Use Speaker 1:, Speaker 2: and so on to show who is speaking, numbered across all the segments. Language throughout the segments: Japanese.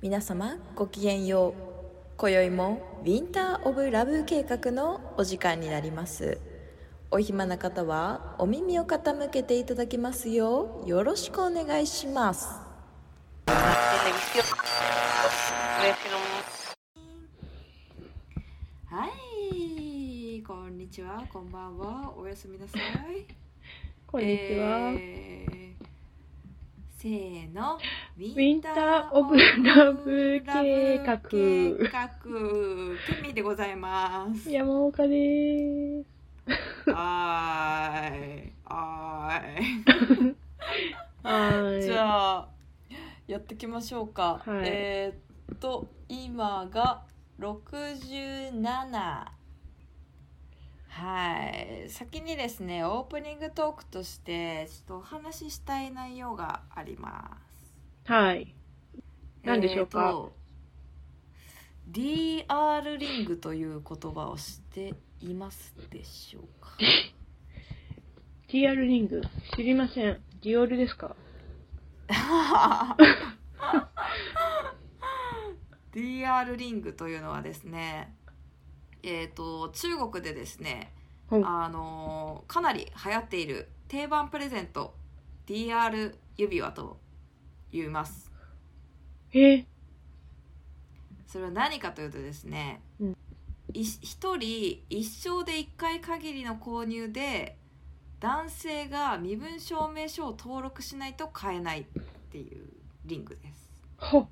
Speaker 1: 皆様ごきげんよう今宵もウィンター・オブ・ラブ計画のお時間になりますお暇な方はお耳を傾けていただきますようよろしくお願いします
Speaker 2: televisión. Televisión.
Speaker 1: はいこんにちはこんばんはおやすみなさい
Speaker 3: こんにちは。
Speaker 1: えーせーのウ
Speaker 3: ウィンター・オブ・ラブ計画。
Speaker 1: 計画ケミでございます
Speaker 3: 山岡でーす。
Speaker 1: はーいは
Speaker 3: は
Speaker 1: ーい
Speaker 3: い。
Speaker 1: じゃあやっていきましょうか、
Speaker 3: はい
Speaker 1: えーっと今が67はい先にですねオープニングトークとしてちょっとお話ししたい内容があります
Speaker 3: はい。何でしょうか
Speaker 1: えーと DR リングという言葉を知っていますでしょうか
Speaker 3: TR リング。知りません。ディオールですか
Speaker 1: DR リングというのはですねえー、と中国でですね、
Speaker 3: うん
Speaker 1: あのーかなり流行っている定番プレゼント DR 指輪と言います
Speaker 3: へえ。
Speaker 1: それは何かというとですね、
Speaker 3: うん
Speaker 1: い一人一生で一回限りの購入で男性が身分証明書を登録しないと買えないっていうリングです
Speaker 3: ほっ。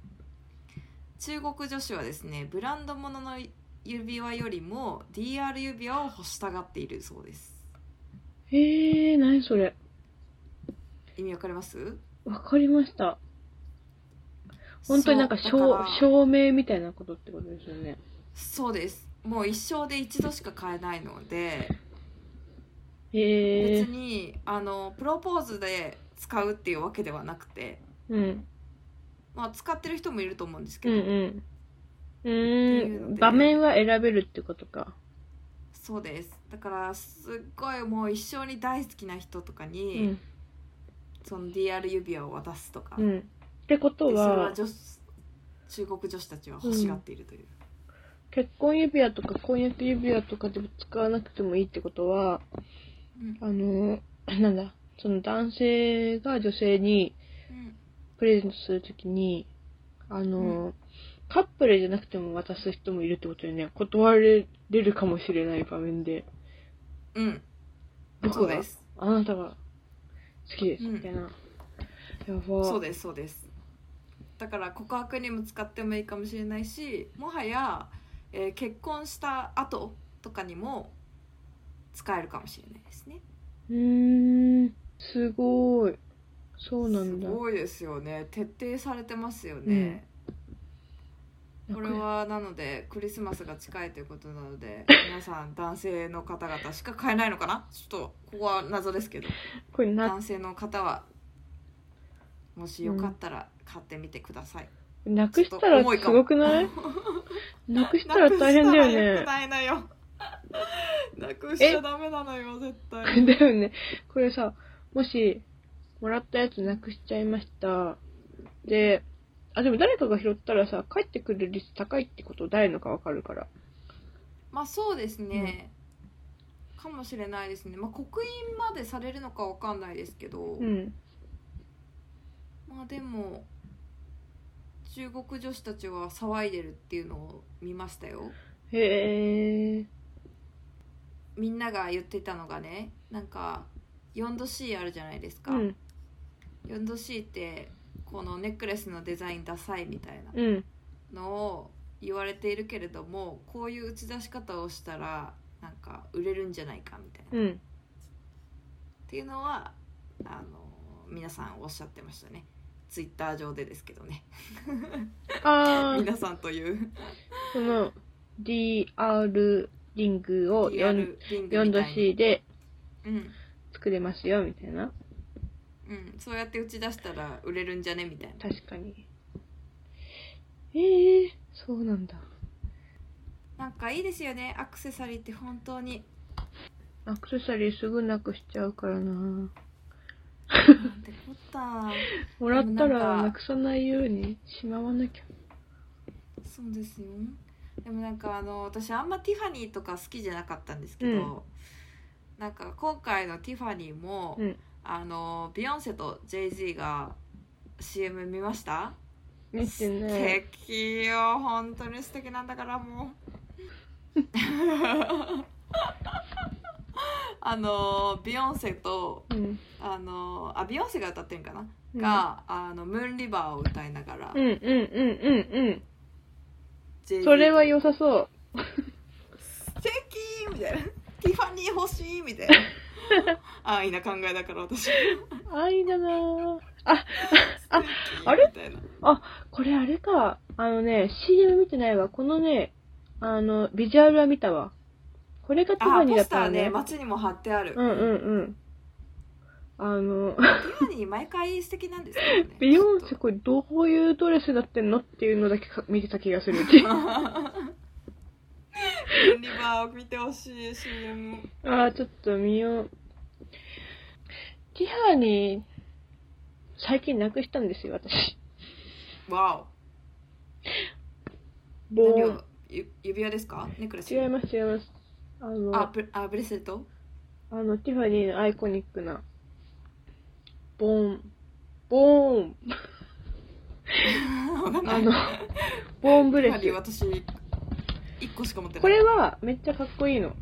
Speaker 1: 中国女子はですねブランド物の指輪よりも DR 指輪を欲したがっているそうです
Speaker 3: へえ、何それ。
Speaker 1: 意味わかります
Speaker 3: わかりました。本当になんか、
Speaker 1: そうだ
Speaker 3: 証
Speaker 1: ら、
Speaker 3: 証明みたいなことってことですよね。
Speaker 1: そうですもう一生で一度しか買えないので
Speaker 3: へえ
Speaker 1: 別。にあのプロポーズで使うっていうわけではなくて
Speaker 3: うん。
Speaker 1: まあ、使ってる人もいると思うんですけ
Speaker 3: うんう
Speaker 1: ど、
Speaker 3: ん。う
Speaker 1: っていう
Speaker 3: ー
Speaker 1: の
Speaker 3: ん。
Speaker 1: で
Speaker 3: 場面は選べるってことか。
Speaker 1: そうですだからすっごいもう一生に大好きな人とか
Speaker 3: う
Speaker 1: に、
Speaker 3: ん。
Speaker 1: その DR 指輪を渡すとか、
Speaker 3: う
Speaker 1: で
Speaker 3: ん。ってこと
Speaker 1: それは
Speaker 3: は、
Speaker 1: 女子中国女子たちは欲しがっているという、
Speaker 3: 結婚指輪とか婚約指輪とかでも使わなくてもいいってことは、
Speaker 1: うん
Speaker 3: あの、 なんだ、その男性が女性に
Speaker 1: うん
Speaker 3: プレゼントするときに、あの、
Speaker 1: う
Speaker 3: カップルじゃなくても渡す人もいるってことでね、断れるかもしれない場面で、
Speaker 1: うん、
Speaker 3: 僕
Speaker 1: そう
Speaker 3: は
Speaker 1: です
Speaker 3: あなたが好きです、
Speaker 1: うん
Speaker 3: みたいな。や
Speaker 1: そ
Speaker 3: ば
Speaker 1: う。ですそうですだから告白にも使ってもいいかもしれないしもはや、えー結婚した後とかにも使えるかもしれないですね
Speaker 3: うーん、すごい。そうなんだ。
Speaker 1: すごいですよね徹底されてますよね、これはなのでクリスマスが近いということなの で皆さん男性の方々しか買えないのかなちょっとここは謎ですけど
Speaker 3: これな、
Speaker 1: 男性の方はもしよかったら買ってみてください、
Speaker 3: なくした
Speaker 1: ちょっ
Speaker 3: ら
Speaker 1: と重い
Speaker 3: す
Speaker 1: かも
Speaker 3: ごくないなくしたら大変だ よね。
Speaker 1: なくしたら良くないのよなくしちゃダメなのよ絶対
Speaker 3: だよね。これさ、もし、もらったやつなくしちゃいました。で、あ、でも誰かが拾ったらさ、帰ってくる率高いってこと誰のかわかるから。
Speaker 1: まあそうですね、かもしれないですねまあ刻印までされるのかわかんないですけど、
Speaker 3: うん。
Speaker 1: まあでも中国女子たちは騒いでるっていうのを見ましたよ
Speaker 3: へえ。
Speaker 1: みんなが言ってたのがねなんか 4°C あるじゃないですか、
Speaker 3: うん。
Speaker 1: 4°C ってこのネックレスのデザインダサいみたいな
Speaker 3: うん。
Speaker 1: のを言われているけれどもこういう打ち出し方をしたらなんか売れるんじゃないかみたいな、っ
Speaker 3: うん。
Speaker 1: ていうのはあの皆さんおっしゃってましたねツイッター上でですけどね
Speaker 3: あー、
Speaker 1: 皆さんという
Speaker 3: その、DR リングを
Speaker 1: リア
Speaker 3: 4-
Speaker 1: ルリングみたいに
Speaker 3: 4°C で
Speaker 1: うん
Speaker 3: 作れますよ、みたいな。
Speaker 1: うん、そうやって打ち出したら売れるんじゃねみたいな
Speaker 3: 確かに。ええー、そうなんだ。
Speaker 1: なんかいいですよねアクセサリーって本当 に
Speaker 3: アクセサリーすぐなくしちゃうからな
Speaker 1: なんてこった
Speaker 3: もらった
Speaker 1: でもなん
Speaker 3: ら
Speaker 1: か
Speaker 3: なくさないようにしまわなきゃ。
Speaker 1: そうですよでもなんかあの私あんまティファニーとか好きじゃなかったんですけど、なんか今回のティファニーも、
Speaker 3: うん
Speaker 1: あのビヨンセと JZ が CM 見ました
Speaker 3: 見てね。
Speaker 1: 素敵よ本当に素敵なんだからもうあのビヨンセと
Speaker 3: うん。
Speaker 1: あのあビヨンセが歌ってんかな、
Speaker 3: うん
Speaker 1: があの「ムーンリバー」を歌いながら、
Speaker 3: うんうんうんうんう
Speaker 1: JZ
Speaker 3: ん。それは良さそう。
Speaker 1: 素敵みたいなティファニー欲しいみたいな 安易な考えだから私
Speaker 3: 愛だなぁ。あ、あ
Speaker 1: あ
Speaker 3: あれ
Speaker 1: みたいな
Speaker 3: これあれか。あのね、CM 見てないわ。このね、あの、ビジュアルは見たわ。これがティファ
Speaker 1: あ
Speaker 3: ニー
Speaker 1: ポ
Speaker 3: だっ
Speaker 1: スタ
Speaker 3: た
Speaker 1: ー
Speaker 3: の
Speaker 1: ね
Speaker 3: ね。
Speaker 1: 街にも貼ってある、
Speaker 3: うんうんうん。あの、
Speaker 1: ティファニー毎回素敵なんですけどね
Speaker 3: ビヨン
Speaker 1: ち
Speaker 3: セ
Speaker 1: ょっ
Speaker 3: これどういうドレスだってんのっていうのだけか見てた気が するうち。
Speaker 1: とムーンリバーを見てほしい CM
Speaker 3: ああ、ちょっと見よう。ティファニー、最近なくしたんですよ、私。
Speaker 1: わお
Speaker 3: 棒
Speaker 1: 何をゆ指輪ですかネックレス
Speaker 3: 違います、違います。あの、
Speaker 1: あ
Speaker 3: あ
Speaker 1: ブあブレスレット
Speaker 3: の、ティファニーのアイコニックな、ボーン、ボーン、
Speaker 1: わかんな
Speaker 3: あ
Speaker 1: い
Speaker 3: の、ボーンブ
Speaker 1: ブ
Speaker 3: レ
Speaker 1: レス
Speaker 3: ス。
Speaker 1: 私1個しか持ってない
Speaker 3: これはめっちゃかっこいいの。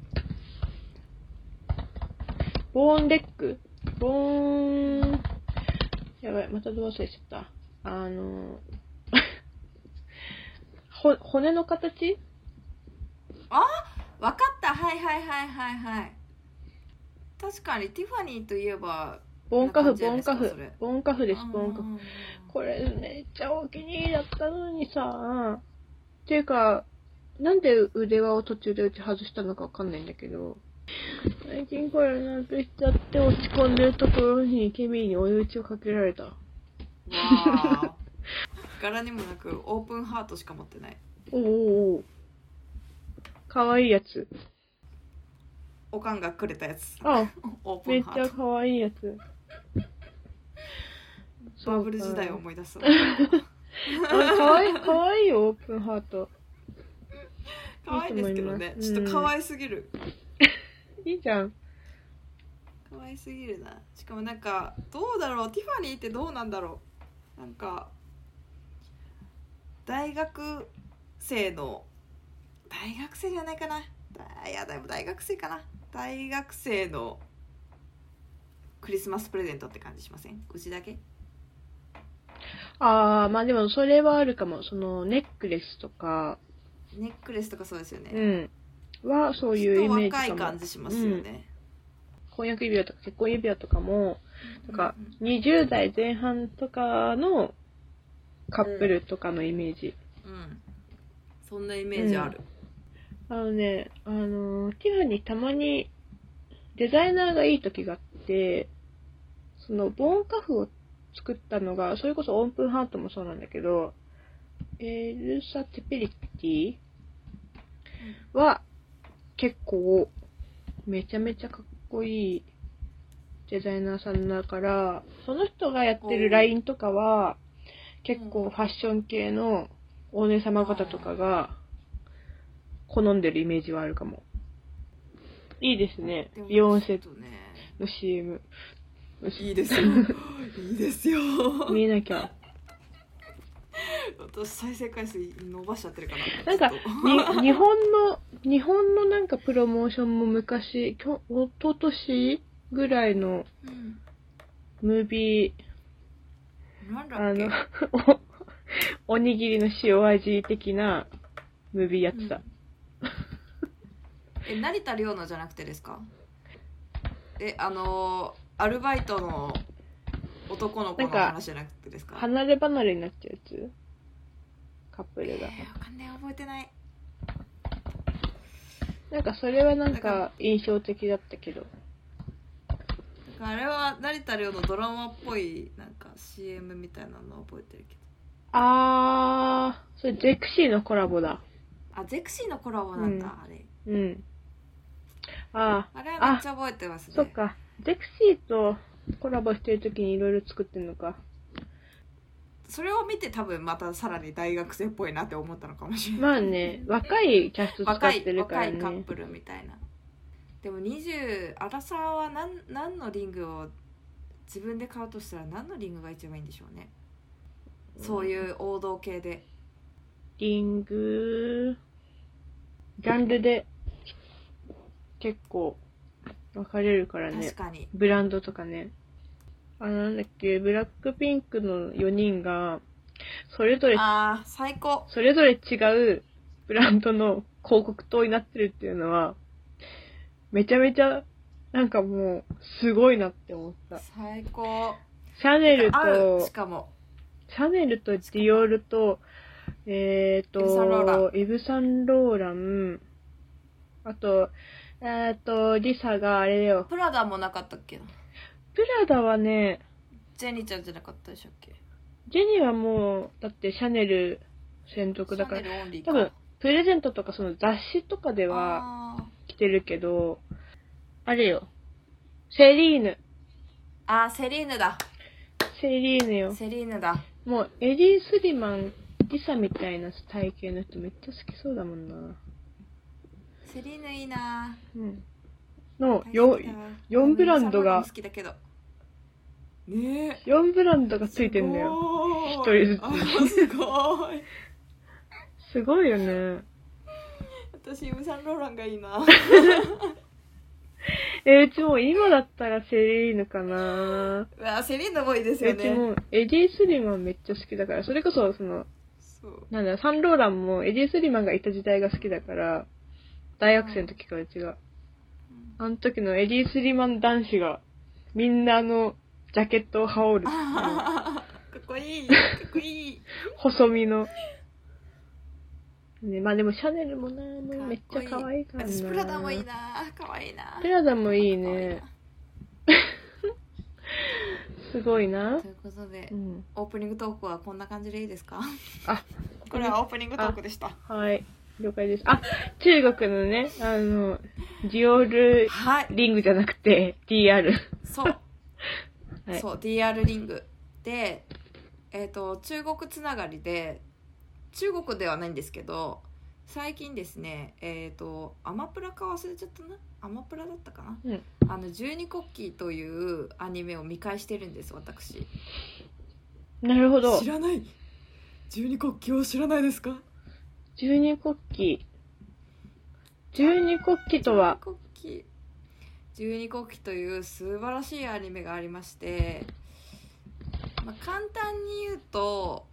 Speaker 3: ボーンレックボーン、やばい、またどう忘れちゃった。あの、 ほ骨の形
Speaker 1: わかったはいはいはいはいはい確かにティファニーといえば
Speaker 3: ボンカフ、
Speaker 1: こんな感じじゃないで
Speaker 3: ボン
Speaker 1: すか
Speaker 3: カフ
Speaker 1: それ、
Speaker 3: ボンカフです
Speaker 1: あ、ー
Speaker 3: ボンカフ。これめっちゃお気に入りだったのにさ、っていうか、なんで腕輪を途中でうち外したのかわかんないんだけど、最近これなくしちゃって落ち込んでるところにケミーに追い打ちをかけられた。
Speaker 1: わー柄にもなくオープンハートしか持ってない
Speaker 3: おうおうおうかわいいやつ。
Speaker 1: おかんがくれたやつ
Speaker 3: あ、
Speaker 1: オープ
Speaker 3: め
Speaker 1: ン
Speaker 3: っ
Speaker 1: ハ
Speaker 3: ちゃ
Speaker 1: ー
Speaker 3: かわいいやつ。
Speaker 1: トバブル時代を思い出 すわ
Speaker 3: あかわいい、かわいいよ、オープンハート。
Speaker 1: 可愛いですけどね
Speaker 3: いいと思いま
Speaker 1: ち
Speaker 3: す
Speaker 1: ょっと可愛すぎる
Speaker 3: いいじゃん。
Speaker 1: 可愛すぎるなしかもなんかどうだろうティファニーってどうなんだろうなんか大学生の大学生じゃないかなだいやでも大学生かな大学生のクリスマスプレゼントって感じしませんうちだけ
Speaker 3: あー、まあでもそれはあるかも。その、ネックレスとか、
Speaker 1: ネックレスとかそうですよね、
Speaker 3: うん。は、そう
Speaker 1: ち
Speaker 3: いう
Speaker 1: ょ
Speaker 3: イ
Speaker 1: っと
Speaker 3: メージ
Speaker 1: 若い
Speaker 3: か
Speaker 1: 感
Speaker 3: も。
Speaker 1: じしますよね、
Speaker 3: 婚約指輪とか結婚指輪とかも、なんか
Speaker 1: うん、
Speaker 3: 20代前半とかのカップルとかのイメージ。
Speaker 1: うんそんなイメージある、
Speaker 3: あのね、あのー、ティファニーたまにデザイナーがいい時があって、その、ボーンカフを作ったのが、それこそオープンハートもそうなんだけど、エルサ・テペリティは結構めちゃめちゃかっこいいデザイナーさんだから、その人がやってるラインとかは結構ファッション系のお姉様方とかが好んでるイメージはあるかも。いいですね
Speaker 1: で。も
Speaker 3: ビヨンセ
Speaker 1: ちょっとね
Speaker 3: の CM。
Speaker 1: いいです よいいですよ
Speaker 3: 見えなきゃ。
Speaker 1: 私再生回数伸ばしちゃってるかな
Speaker 3: なんか
Speaker 1: ちょっと
Speaker 3: に日本の、日本のなんかプロモーションも昔、きょ一昨年ぐらいの
Speaker 1: うん
Speaker 3: ムービー、
Speaker 1: なんだ
Speaker 3: あ
Speaker 1: っけ
Speaker 3: の、おおにぎりの塩味的なムービーやってた。
Speaker 1: え成田凌奈じゃなくてですかえあのーアルバイトの男の子の
Speaker 3: なんか
Speaker 1: 話じゃなくてですか
Speaker 3: 離れ離れになっちゃうやつカップルが。
Speaker 1: えーわかんない覚えてない
Speaker 3: なんかそれはなん
Speaker 1: だから
Speaker 3: か印象的だったけど。
Speaker 1: なんかあれは成田凌のドラマっぽいなんか CM みたいなの覚えてるけど
Speaker 3: あー、それゼクシーのコラボだ。
Speaker 1: あゼクシーのコラボなんだ、
Speaker 3: うん
Speaker 1: あれ
Speaker 3: うん。あ
Speaker 1: あれはめっちゃ覚えてます
Speaker 3: ー、
Speaker 1: ね
Speaker 3: そっか。ゼクシーとコラボしてる時にいろいろ作ってんのか。
Speaker 1: それを見て多分またさらに大学生っぽいなって思ったのかもしれない、
Speaker 3: まあね、若いキャスト使
Speaker 1: 若
Speaker 3: って
Speaker 1: い
Speaker 3: る
Speaker 1: 若
Speaker 3: から
Speaker 1: いカッ
Speaker 3: ね。
Speaker 1: プルみたいなでも20アラサーは何何のリングを自分で買うとしたら何のリングが一番いいんでしょうねそういう王道系で
Speaker 3: リング、ジャンルで結構分かれるからね
Speaker 1: 確。かに、
Speaker 3: ブランドとかね。あ、なんだっけ、ブラックピンクの4人が、それぞれ、
Speaker 1: ああ最高
Speaker 3: それぞれ違うブランドの広告塔になってるっていうのは、めちゃめちゃ、なんかもう、すごいなって思った。
Speaker 1: 最高
Speaker 3: シャネル
Speaker 1: 合う
Speaker 3: と
Speaker 1: し、かも
Speaker 3: シャネルとディオールと、えっ、
Speaker 1: イヴサンローラ
Speaker 3: と、イブ・サンローラン、あと、えっ、と、リサがあれだよ。
Speaker 1: プラダもなかったっけな
Speaker 3: プラダはね、
Speaker 1: ジェニーちゃんじゃなかったでしたっけ
Speaker 3: ジェニーはもう、だってシャネル専属だから
Speaker 1: シャ、ネルオンリー
Speaker 3: 多分、プレゼントとかその雑誌とかでは
Speaker 1: あー
Speaker 3: 着てるけど、あれよ。セリーヌ。
Speaker 1: あーセリーヌだ
Speaker 3: セリーヌよ。
Speaker 1: セリーヌだ
Speaker 3: もう、エリー・スリマン、リサみたいな体型の人めっちゃ好きそうだもんな。
Speaker 1: セリーヌいいな
Speaker 3: うん。の、
Speaker 1: 大好
Speaker 3: よ
Speaker 1: きだ、
Speaker 3: 4ブランドが
Speaker 1: 好きだけどねえ
Speaker 3: 4ブランドがついてんだよ。
Speaker 1: よ
Speaker 3: 一人ずつ
Speaker 1: あーすごい
Speaker 3: すごいよね。
Speaker 1: 私イム・サンローランがいい な
Speaker 3: えうちも今だったらセリーヌかな。
Speaker 1: うわセリーヌもいいですよ
Speaker 3: うち
Speaker 1: ね
Speaker 3: もエディ・スリマンめっちゃ好きだから、それこそその、
Speaker 1: そう
Speaker 3: なんだ、サンローランもエディ・スリマンがいた時代が好きだから、大学生の時からうちが。あの時のエディ・スリマン男子が、みんなあの、ジャケットを羽織る。あ
Speaker 1: あーかっこいいかっこいい
Speaker 3: の細身の。ね、まあでもシャネルもな、もうめっちゃ可愛いからな。
Speaker 1: 私プラダもいいな可愛いな
Speaker 3: プラダもいい
Speaker 1: 可愛い
Speaker 3: ね。
Speaker 1: な
Speaker 3: すごいな
Speaker 1: と。いうことで
Speaker 3: うん。
Speaker 1: オープニングトークはこんな感じでいいですか
Speaker 3: あ、
Speaker 1: これはオープニングトークでした
Speaker 3: はい。了解です。あ、中国のね、あの、ディオール
Speaker 1: はい
Speaker 3: リングじゃなくて、DR。
Speaker 1: そう
Speaker 3: はい
Speaker 1: そう DR リングで、えー、と中国つながりで中国ではないんですけど最近ですねえっ、とアマプラか忘れちゃったなアマプラだったかな、
Speaker 3: うん
Speaker 1: あの十二国旗というアニメを見返してるんです私
Speaker 3: なるほど
Speaker 1: 知。らない十二国旗を知らないですか
Speaker 3: 十二国旗。十二国旗とは、
Speaker 1: 十二国旗十二国旗という素晴らしいアニメがありまして、まあ、簡単に言うと,、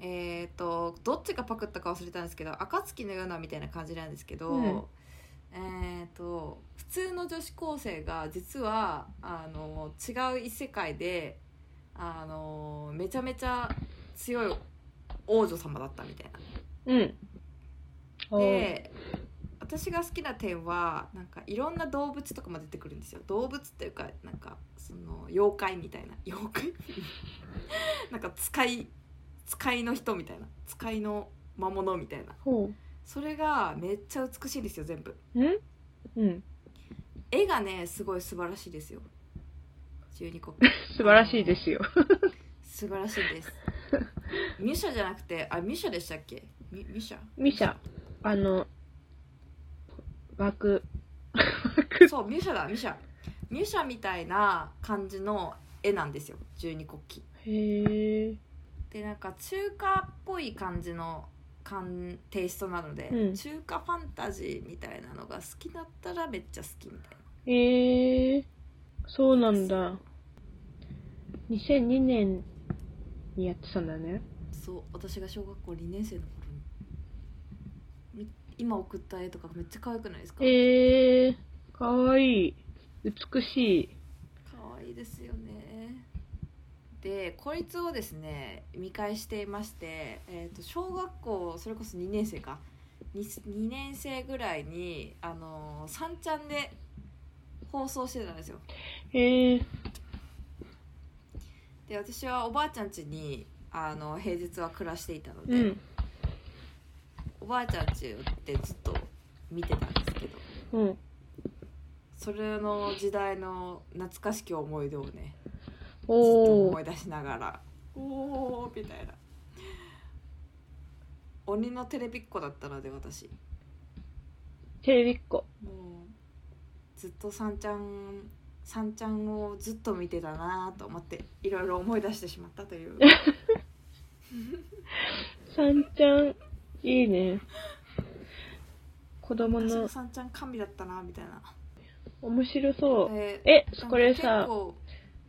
Speaker 1: えー、とどっちがパクったか忘れたんですけど暁のようなみたいな感じなんですけど、
Speaker 3: うん
Speaker 1: えー、と普通の女子高生が実はあの違う異世界であのめちゃめちゃ強い王女様だったみたいな。
Speaker 3: うん。
Speaker 1: で私が好きな点はなんかいろんな動物とかも出てくるんですよ動物っていうかなんかその妖怪みたいな妖 怪なんか使い使いの人みたいな使いの魔物みたいな
Speaker 3: ほ
Speaker 1: それがめっちゃ美しいんですよ全部
Speaker 3: う。んうん。
Speaker 1: 絵がねすごい素晴らしいですよ12個
Speaker 3: 素晴らしいですよ。
Speaker 1: 素晴らしいです ミュシャじゃなくてあミュシャでしたっけミミュシャ
Speaker 3: ミシャ、あの、枠。
Speaker 1: そうミュシャだミュシャミュシャみたいな感じの絵なんですよ十二国旗
Speaker 3: へえ。
Speaker 1: でなんか中華っぽい感じの感テイストなので、
Speaker 3: うん
Speaker 1: 中華ファンタジーみたいなのが好きだったらめっちゃ好きみたい
Speaker 3: へえ。そうなんだ。2002年にやってたんだね。
Speaker 1: なそう私が小学校2年生の頃にみ今送った絵とかめっちゃ可愛くないですか
Speaker 3: へえ。かわいい。美しい。
Speaker 1: 可愛いですよねでこいつをですね見返していまして、えー、と小学校それこそ2年生か 2, 2年生ぐらいにあのー三ちゃんで放送してたんですよ
Speaker 3: へえ。
Speaker 1: で私はおばあちゃん家にあの平日は暮らしていたので、
Speaker 3: うん。
Speaker 1: おばあちゃん家でずっと見てたんですけど
Speaker 3: うん。
Speaker 1: それの時代の懐かしき思い出をねずっと
Speaker 3: お
Speaker 1: 思
Speaker 3: ー。
Speaker 1: い出しながらおおみたいな鬼のテレビっ子だったので私
Speaker 3: テレビっ子。
Speaker 1: もうずっと三ちゃん三ちゃんをずっと見てたなと思っていろいろ思い出してしまったという
Speaker 3: さんちゃん、いいね。子供
Speaker 1: 私
Speaker 3: の
Speaker 1: も三ちゃん神だったなみたいな
Speaker 3: 面白そう。
Speaker 1: え
Speaker 3: え、
Speaker 1: なんか
Speaker 3: これさ
Speaker 1: 結、構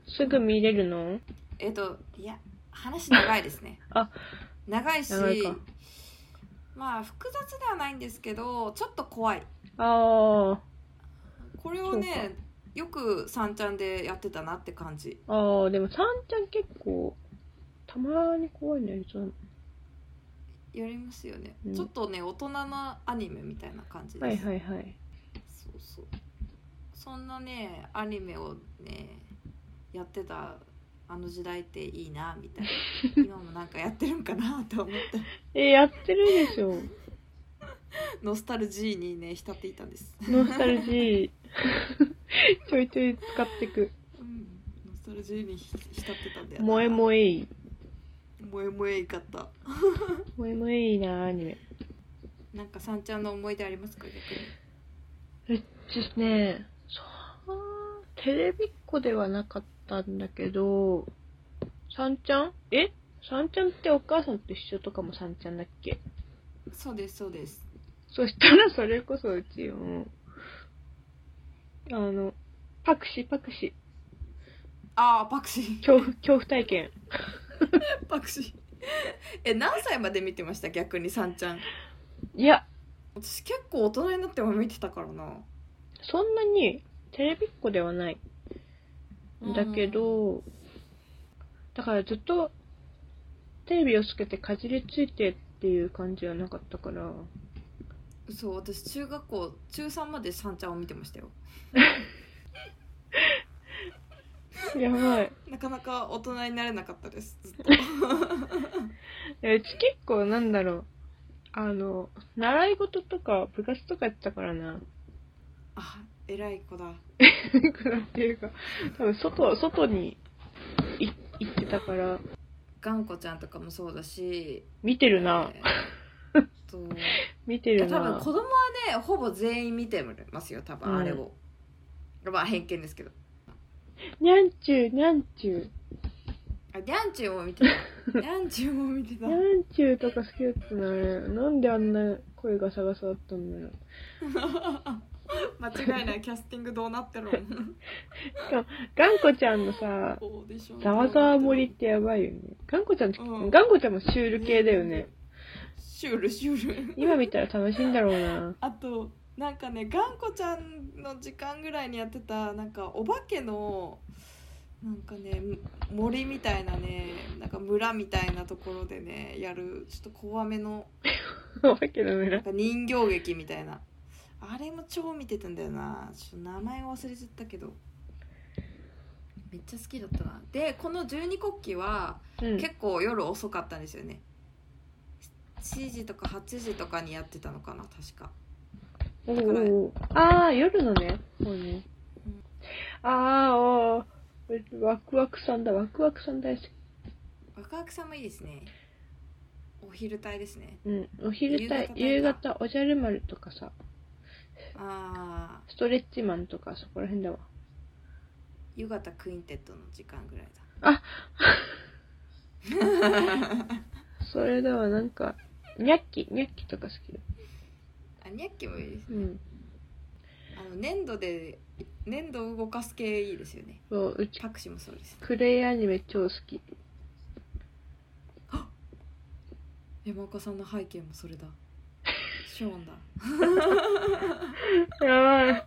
Speaker 3: すぐ見れるの
Speaker 1: えっといや話長いですね
Speaker 3: あ
Speaker 1: 長いし
Speaker 3: 長いか
Speaker 1: まあ複雑ではないんですけどちょっと怖い
Speaker 3: あ
Speaker 1: これをねよく三ちゃんでやってたなって感じ
Speaker 3: あ、ああ、でもさんちゃん結構、たまに怖いのやりそうな
Speaker 1: やりますよね、
Speaker 3: うん
Speaker 1: ちょっとね大人のアニメみたいな感じです、
Speaker 3: はいはいはい。
Speaker 1: そうそうそんなねアニメをねやってたあの時代っていいなみ たいな今もなんかやってるんかなと思って
Speaker 3: え、やってるでしょ。
Speaker 1: ノスタルジーにね浸っていたんです、
Speaker 3: ノスタルジー。 ちょいちょい使ってく。
Speaker 1: うん、ノスタルジーに浸ってたんだよな
Speaker 3: 萌え萌えいい。
Speaker 1: 萌え萌えいかった
Speaker 3: 萌え萌えいいな、アニメ。
Speaker 1: なんかさんちゃんの思い出ありますか逆に
Speaker 3: ですね、そう、テレビっ子ではなかったんだけど、さんちゃんえさんちゃんってお母さんと一緒とかもさんちゃんだっけ
Speaker 1: そうですそうです
Speaker 3: そしたらそれこそうちも、あの、パクシパクシ、
Speaker 1: ああパクシー
Speaker 3: 恐怖、恐怖体験。
Speaker 1: パクシー え何歳まで見てました逆にさんちゃん
Speaker 3: いや、
Speaker 1: 私結構大人になっても見てたからな
Speaker 3: そんなにテレビっ子ではない。だけど、だからずっとテレビをつけてかじりついてっていう感じはなかったから、
Speaker 1: そう私中学校中3まで三ちゃんを見てましたよ
Speaker 3: やばい。
Speaker 1: なかなか大人になれなかったですずっ と
Speaker 3: えうち結構なんだろうあの習い事とか部活とかやってたからな
Speaker 1: あ偉い子だ
Speaker 3: っていうか多分外外にい行ってたから
Speaker 1: 頑固ちゃんとかもそうだし
Speaker 3: 見てるな
Speaker 1: えーっと
Speaker 3: 見て
Speaker 1: い
Speaker 3: る
Speaker 1: や多分
Speaker 3: な
Speaker 1: 子供はねほぼ全員見てますよ多
Speaker 3: うん
Speaker 1: 分あれを、まあ偏見ですけど
Speaker 3: にゃんちゅうにゃんちゅう
Speaker 1: あニャンチューも見てた ニャンチューも見てた
Speaker 3: にゃんちゅうとか好きだったなあれなんであんな声がサガサだったんだろう
Speaker 1: 間違いないキャスティングどうなって るの
Speaker 3: 頑固ちゃんのさ
Speaker 1: オーディション
Speaker 3: ざわざわ森ってやばいよね頑固ちゃん、
Speaker 1: うん
Speaker 3: 頑固ちゃんもシュール系だよね
Speaker 1: シュールシュール
Speaker 3: 今見たら楽しいんだろうな
Speaker 1: あとなんかねがんこちゃんの時間ぐらいにやってたなんかお化けのなんかねむ森みたいなねなんか村みたいなところでねやるちょっと怖めの
Speaker 3: お化けの
Speaker 1: な
Speaker 3: 村
Speaker 1: んか人形劇みたいなあれも超見てたんだよなちょっと名前忘れちゃったけどめっちゃ好きだったなでこの十二国旗は
Speaker 3: うん
Speaker 1: 結構夜遅かったんですよね7時とか8時とかにやってたのかな確か
Speaker 3: お
Speaker 1: くらい
Speaker 3: おああ、夜のね。そうね
Speaker 1: うん。
Speaker 3: ああ、おお。ワクワクさんだ、ワクワクさん大好き。
Speaker 1: ワクワクさんもいいですねお昼帯ですね
Speaker 3: うん。お昼
Speaker 1: 夕方
Speaker 3: 帯
Speaker 1: 帯、か
Speaker 3: 夕方、おじゃる丸とかさ、
Speaker 1: ああ
Speaker 3: ストレッチマンとか、そこら辺だわ。
Speaker 1: 夕方クインテットの時間ぐらいだ
Speaker 3: あそれだわ、なんか、ニャッキ、ニャッキとか好きだ。
Speaker 1: あニャッキもいいです
Speaker 3: うん。
Speaker 1: あの粘土で粘土を動かす系いいですよね
Speaker 3: そう、うち、
Speaker 1: パクシーもそうです
Speaker 3: クレイアニメ超好き。
Speaker 1: 山岡さんの背景もそれだショーンだ
Speaker 3: やばい。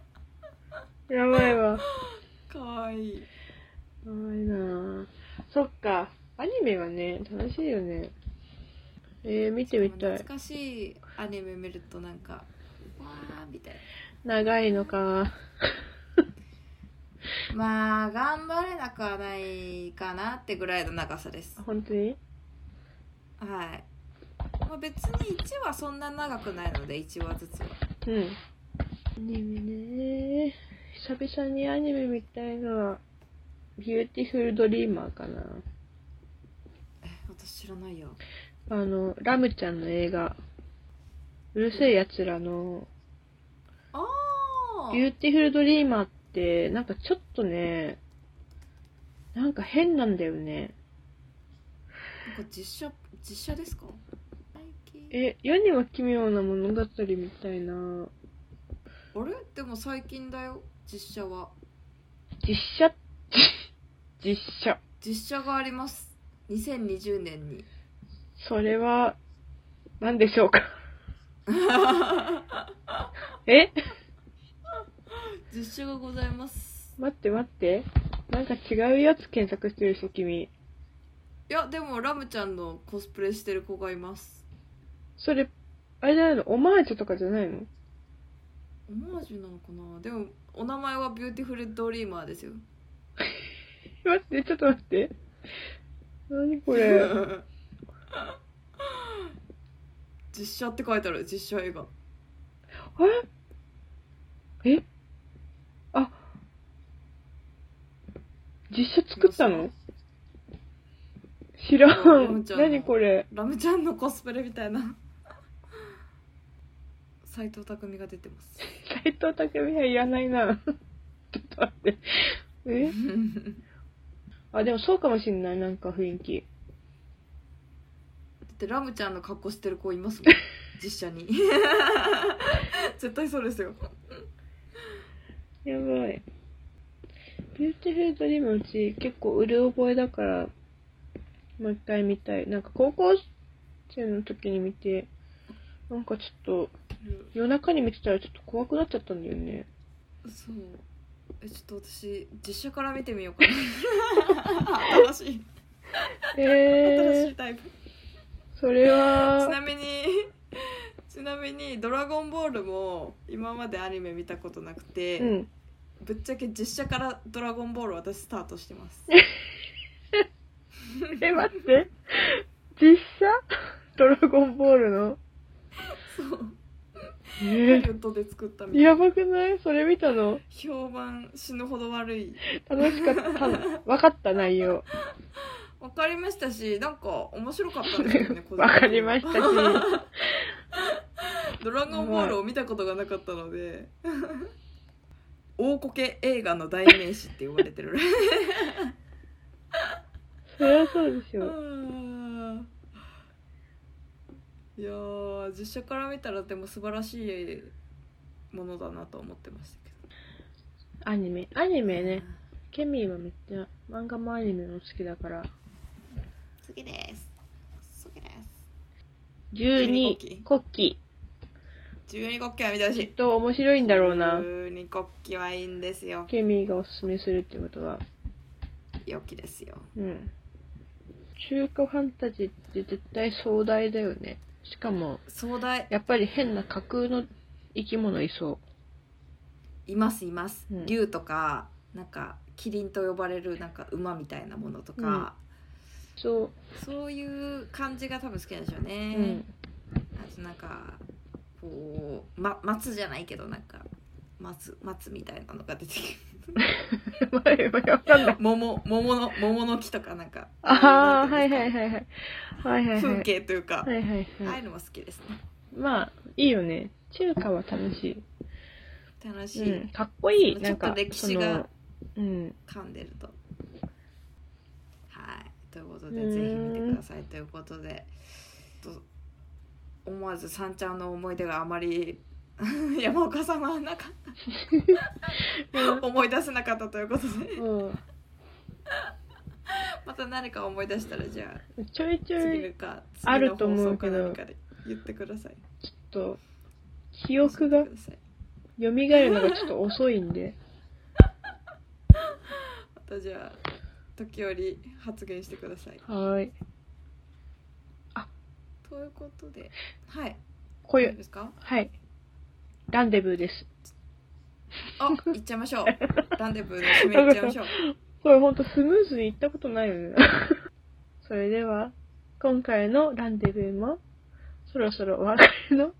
Speaker 3: やばいわ。や
Speaker 1: かわいい
Speaker 3: ばいなぁそっか。アニメはね、楽しいよね。えー、見てみたい
Speaker 1: 懐。かしいアニメ見るとなんかわーみたい
Speaker 3: 長いのか。
Speaker 1: なまあ頑張れなくはないかなってぐらいの長さです
Speaker 3: 本当に
Speaker 1: はい、まあ、別に1はそんな長くないので1話ずつは
Speaker 3: うん。アニメね久々にアニメみたいのは、ビューティフルドリーマーかな。
Speaker 1: 私私知らないよ
Speaker 3: あの、ラムちゃんの映画、うるせえやつらの、
Speaker 1: ああ
Speaker 3: ビューティフルドリーマーって、なんかちょっとね、なんか変なんだよね。
Speaker 1: なんか実写実写ですか最近
Speaker 3: え、世には奇妙な物語みたいな。
Speaker 1: あれでも最近だよ実写は
Speaker 3: 実写、 実写。
Speaker 1: 実写があります2020年に
Speaker 3: それは、何でしょうか。え
Speaker 1: 実写がございます
Speaker 3: 待って待って。なんか違うやつ検索してるし、君。
Speaker 1: いやでもラムちゃんのコスプレしてる子がいます
Speaker 3: それ、あれじゃないのオマージュとかじゃないの
Speaker 1: オマージュなのかなでもお名前はビューティフルドリーマーですよ
Speaker 3: 待って、ちょっと待って。何これ。
Speaker 1: 実写って書いてある実写映画
Speaker 3: ええあ実写作ったの知ら
Speaker 1: ラム
Speaker 3: ん
Speaker 1: ちゃんの
Speaker 3: 何これ
Speaker 1: ラムちゃんのコスプレみたいな斎藤匠が出てます
Speaker 3: 斎藤匠はいらない なちょっと待ってえあでもそうかもしんないなんか雰囲気
Speaker 1: だってラムちゃんの格好してる子いますもん実写 に絶対そうですよ
Speaker 3: やばいビューティフルドリームうち結構うる覚えだからもう一回見たいなんか高校生の時に見てなんかちょっと夜中に見てたらちょっと怖くなっちゃったんだよね
Speaker 1: そうえちょっと私実写から見てみようかな新しい新し
Speaker 3: え
Speaker 1: いタイプ、
Speaker 3: ー、それ
Speaker 1: ちな
Speaker 3: は、
Speaker 1: みに ちなみに「ドラゴンボール」も今までアニメ見たことなくて、
Speaker 3: うん。
Speaker 1: ぶっちゃけ実写から「ドラゴンボール」私スタートしてます
Speaker 3: え、待って。実写ドラゴンボールの。
Speaker 1: そうハリウ
Speaker 3: え
Speaker 1: ッドで作ったみたいな
Speaker 3: やばくないそれ見たの
Speaker 1: 評判死ぬほど悪い
Speaker 3: 楽しかった。わかった内容。。
Speaker 1: わかりましたし、なんか面白かったですよね
Speaker 3: わかりまし たし。
Speaker 1: ドラゴンボールを見たことがなかったので、大こけ映画の代名詞って呼ばれてる。
Speaker 3: そりゃそうでし
Speaker 1: う
Speaker 3: ょ。
Speaker 1: ーんいやー、実写から見たらでも素晴らしいものだなと思ってましたけど。
Speaker 3: アニメ。アニメね。ケミーはめっちゃ漫画もアニメも好きだから。
Speaker 1: 次です。次です。
Speaker 3: 12、コッキ
Speaker 1: 十二国旗は見てほし
Speaker 3: ー。きっ
Speaker 1: い。
Speaker 3: と面白いんだろうな。
Speaker 1: 十二国旗はいいんですよ。
Speaker 3: ケミーがおすすめするってことは。
Speaker 1: 良きですよ。
Speaker 3: うん。中華ファンタジーって絶対壮大だよね。しかも、
Speaker 1: 壮大。
Speaker 3: やっぱり変な架空の生き物いそ
Speaker 1: いますいます、
Speaker 3: うん
Speaker 1: 竜とかなんかキリンと呼ばれるなんか馬みたいなものとか、
Speaker 3: う。そ
Speaker 1: そういう感じが多分好きなんでしょう
Speaker 3: う。
Speaker 1: ね、
Speaker 3: うん。
Speaker 1: あとなんかこう、ま、松じゃないけどなんか松松みたいなのが出てく
Speaker 3: 前はわかん ない
Speaker 1: る。桃桃の桃の木とかなんか
Speaker 3: ああ、
Speaker 1: ああ
Speaker 3: は
Speaker 1: いう
Speaker 3: い
Speaker 1: な
Speaker 3: はい
Speaker 1: んて
Speaker 3: はいはい。はいはい
Speaker 1: うんですか風
Speaker 3: はい。
Speaker 1: 景というか、
Speaker 3: はいはい
Speaker 1: ああ
Speaker 3: はいい。
Speaker 1: うのも好きですね
Speaker 3: まあ、いいよね。中華は楽し
Speaker 1: 楽し
Speaker 3: い。
Speaker 1: い、
Speaker 3: うん。かっこいい。
Speaker 1: ち
Speaker 3: な
Speaker 1: ょ
Speaker 3: ん
Speaker 1: っと
Speaker 3: か、
Speaker 1: 歴
Speaker 3: そ
Speaker 1: 史が
Speaker 3: の、うん。
Speaker 1: 噛んでるとはいということ
Speaker 3: う
Speaker 1: で
Speaker 3: ーん
Speaker 1: ぜひ見てくださいということでと思わずさんちゃんの思い出があまり 山岡さんはなんか思い出せなかったということで
Speaker 3: うん。
Speaker 1: また何か思い出したらじゃあ
Speaker 3: ちょいちょ
Speaker 1: 次
Speaker 3: い、
Speaker 1: か
Speaker 3: あ
Speaker 1: 次の
Speaker 3: ると
Speaker 1: 放
Speaker 3: 思
Speaker 1: 送
Speaker 3: う
Speaker 1: か
Speaker 3: けど
Speaker 1: 何かで言ってください
Speaker 3: ちょっと、記憶が
Speaker 1: 教えてください
Speaker 3: 蘇るのがちょっと遅いんで。
Speaker 1: またじゃあ時折発言してください
Speaker 3: はーい。
Speaker 1: ということではい
Speaker 3: こうい
Speaker 1: どう
Speaker 3: う、
Speaker 1: ですか
Speaker 3: はい。ランデブーです。
Speaker 1: あ行っちゃいましょ うランデブーの締め行っちゃいましょう
Speaker 3: これほんとスムーズにいったことないよね。 それでは、今回のランデブーも、そろそろお別れの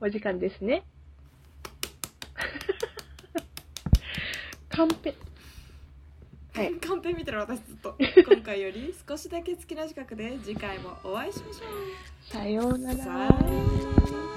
Speaker 3: お時間です ね。カンペ。はい
Speaker 1: カンペ見てる私ずっ と今回より少しだけ月の近くで次回もお会いしましょう
Speaker 3: さような
Speaker 1: さ
Speaker 3: ら
Speaker 1: ようなら